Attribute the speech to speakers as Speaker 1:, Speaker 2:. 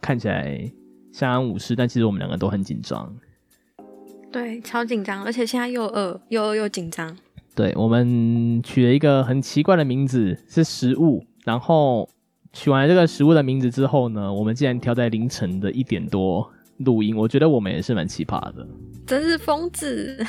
Speaker 1: 看起来相安无事，但其实我们两个都很紧张。
Speaker 2: 对，超紧张，而且现在又饿又饿又紧张。
Speaker 1: 对我们取了一个很奇怪的名字，是食物。然后取完这个食物的名字之后呢，我们竟然挑在凌晨的一点多录音，我觉得我们也是蛮奇葩的。
Speaker 2: 真是疯子！